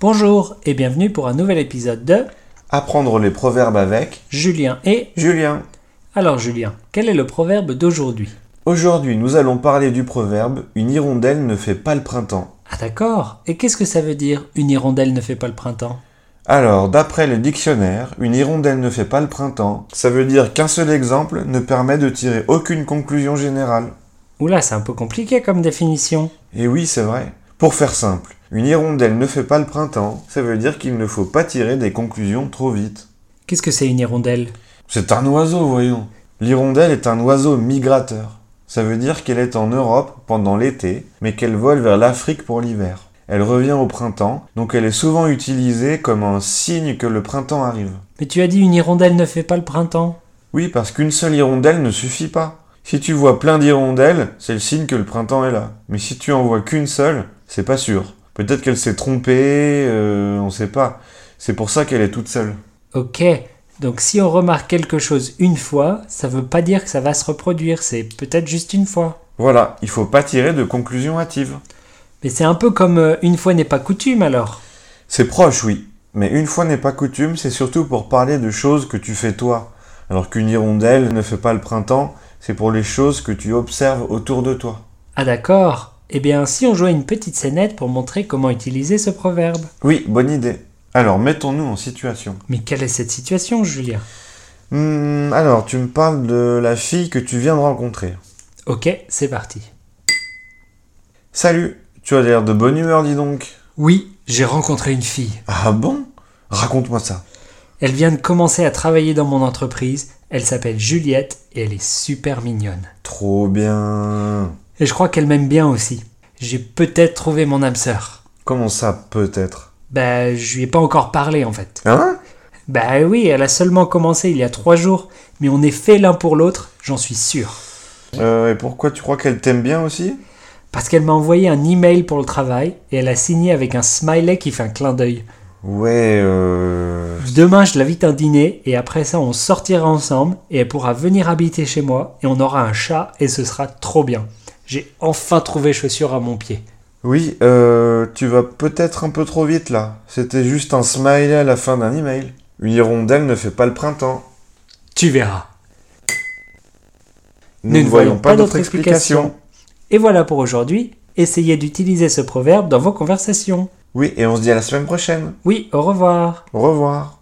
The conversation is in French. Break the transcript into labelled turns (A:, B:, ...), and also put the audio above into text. A: Bonjour et bienvenue pour un nouvel épisode de
B: Apprendre les proverbes avec
A: Julien et...
B: Julien.
A: Alors Julien, quel est le proverbe d'aujourd'hui
B: Aujourd'hui, nous allons parler du proverbe Une hirondelle ne fait pas le printemps.
A: Ah d'accord, et qu'est-ce que ça veut dire une hirondelle ne fait pas le printemps
B: Alors, d'après le dictionnaire, une hirondelle ne fait pas le printemps. Ça veut dire qu'un seul exemple ne permet de tirer aucune conclusion générale.
A: Oula, c'est un peu compliqué comme définition.
B: Et oui, c'est vrai. Pour faire simple, une hirondelle ne fait pas le printemps, ça veut dire qu'il ne faut pas tirer des conclusions trop vite.
A: Qu'est-ce que c'est une hirondelle
B: C'est un oiseau, voyons. L'hirondelle est un oiseau migrateur. Ça veut dire qu'elle est en Europe pendant l'été, mais qu'elle vole vers l'Afrique pour l'hiver. Elle revient au printemps, donc elle est souvent utilisée comme un signe que le printemps arrive.
A: Mais tu as dit une hirondelle ne fait pas le printemps.
B: Oui, parce qu'une seule hirondelle ne suffit pas. Si tu vois plein d'hirondelles, c'est le signe que le printemps est là. Mais si tu en vois qu'une seule, c'est pas sûr. Peut-être qu'elle s'est trompée, euh, on sait pas. C'est pour ça qu'elle est toute seule.
A: Ok, donc si on remarque quelque chose une fois, ça veut pas dire que ça va se reproduire, c'est peut-être juste une fois.
B: Voilà, il faut pas tirer de conclusions hâtives.
A: Mais c'est un peu comme euh, une fois n'est pas coutume alors.
B: C'est proche, oui. Mais une fois n'est pas coutume, c'est surtout pour parler de choses que tu fais toi. Alors qu'une hirondelle ne fait pas le printemps, c'est pour les choses que tu observes autour de toi.
A: Ah d'accord. Eh bien, si on jouait une petite scénette pour montrer comment utiliser ce proverbe.
B: Oui, bonne idée. Alors, mettons-nous en situation.
A: Mais quelle est cette situation, Julien
B: Hmm, alors, tu me parles de la fille que tu viens de rencontrer.
A: Ok, c'est parti.
B: Salut, tu as l'air de bonne humeur, dis donc.
A: Oui, j'ai rencontré une fille.
B: Ah bon Raconte-moi ça.
A: Elle vient de commencer à travailler dans mon entreprise. Elle s'appelle Juliette et elle est super mignonne.
B: Trop bien.
A: Et je crois qu'elle m'aime bien aussi. J'ai peut-être trouvé mon âme sœur.
B: Comment ça, peut-être
A: Bah, je lui ai pas encore parlé en fait.
B: Hein
A: Bah oui, elle a seulement commencé il y a trois jours, mais on est fait l'un pour l'autre, j'en suis sûr.
B: Euh, Et pourquoi tu crois qu'elle t'aime bien aussi
A: Parce qu'elle m'a envoyé un email pour le travail et elle a signé avec un smiley qui fait un clin d'œil.
B: Ouais, euh...
A: Demain, je l'invite à un dîner et après ça, on sortira ensemble et elle pourra venir habiter chez moi et on aura un chat et ce sera trop bien. J'ai enfin trouvé chaussures à mon pied.
B: Oui, euh, tu vas peut-être un peu trop vite là. C'était juste un smiley à la fin d'un email. Une hirondelle ne fait pas le printemps.
A: Tu verras.
B: Nous, ne voyons pas d'autre explication.
A: Et voilà pour aujourd'hui. Essayez d'utiliser ce proverbe dans vos conversations.
B: Oui, et on se dit à la semaine prochaine.
A: Oui, au revoir.
B: Au revoir.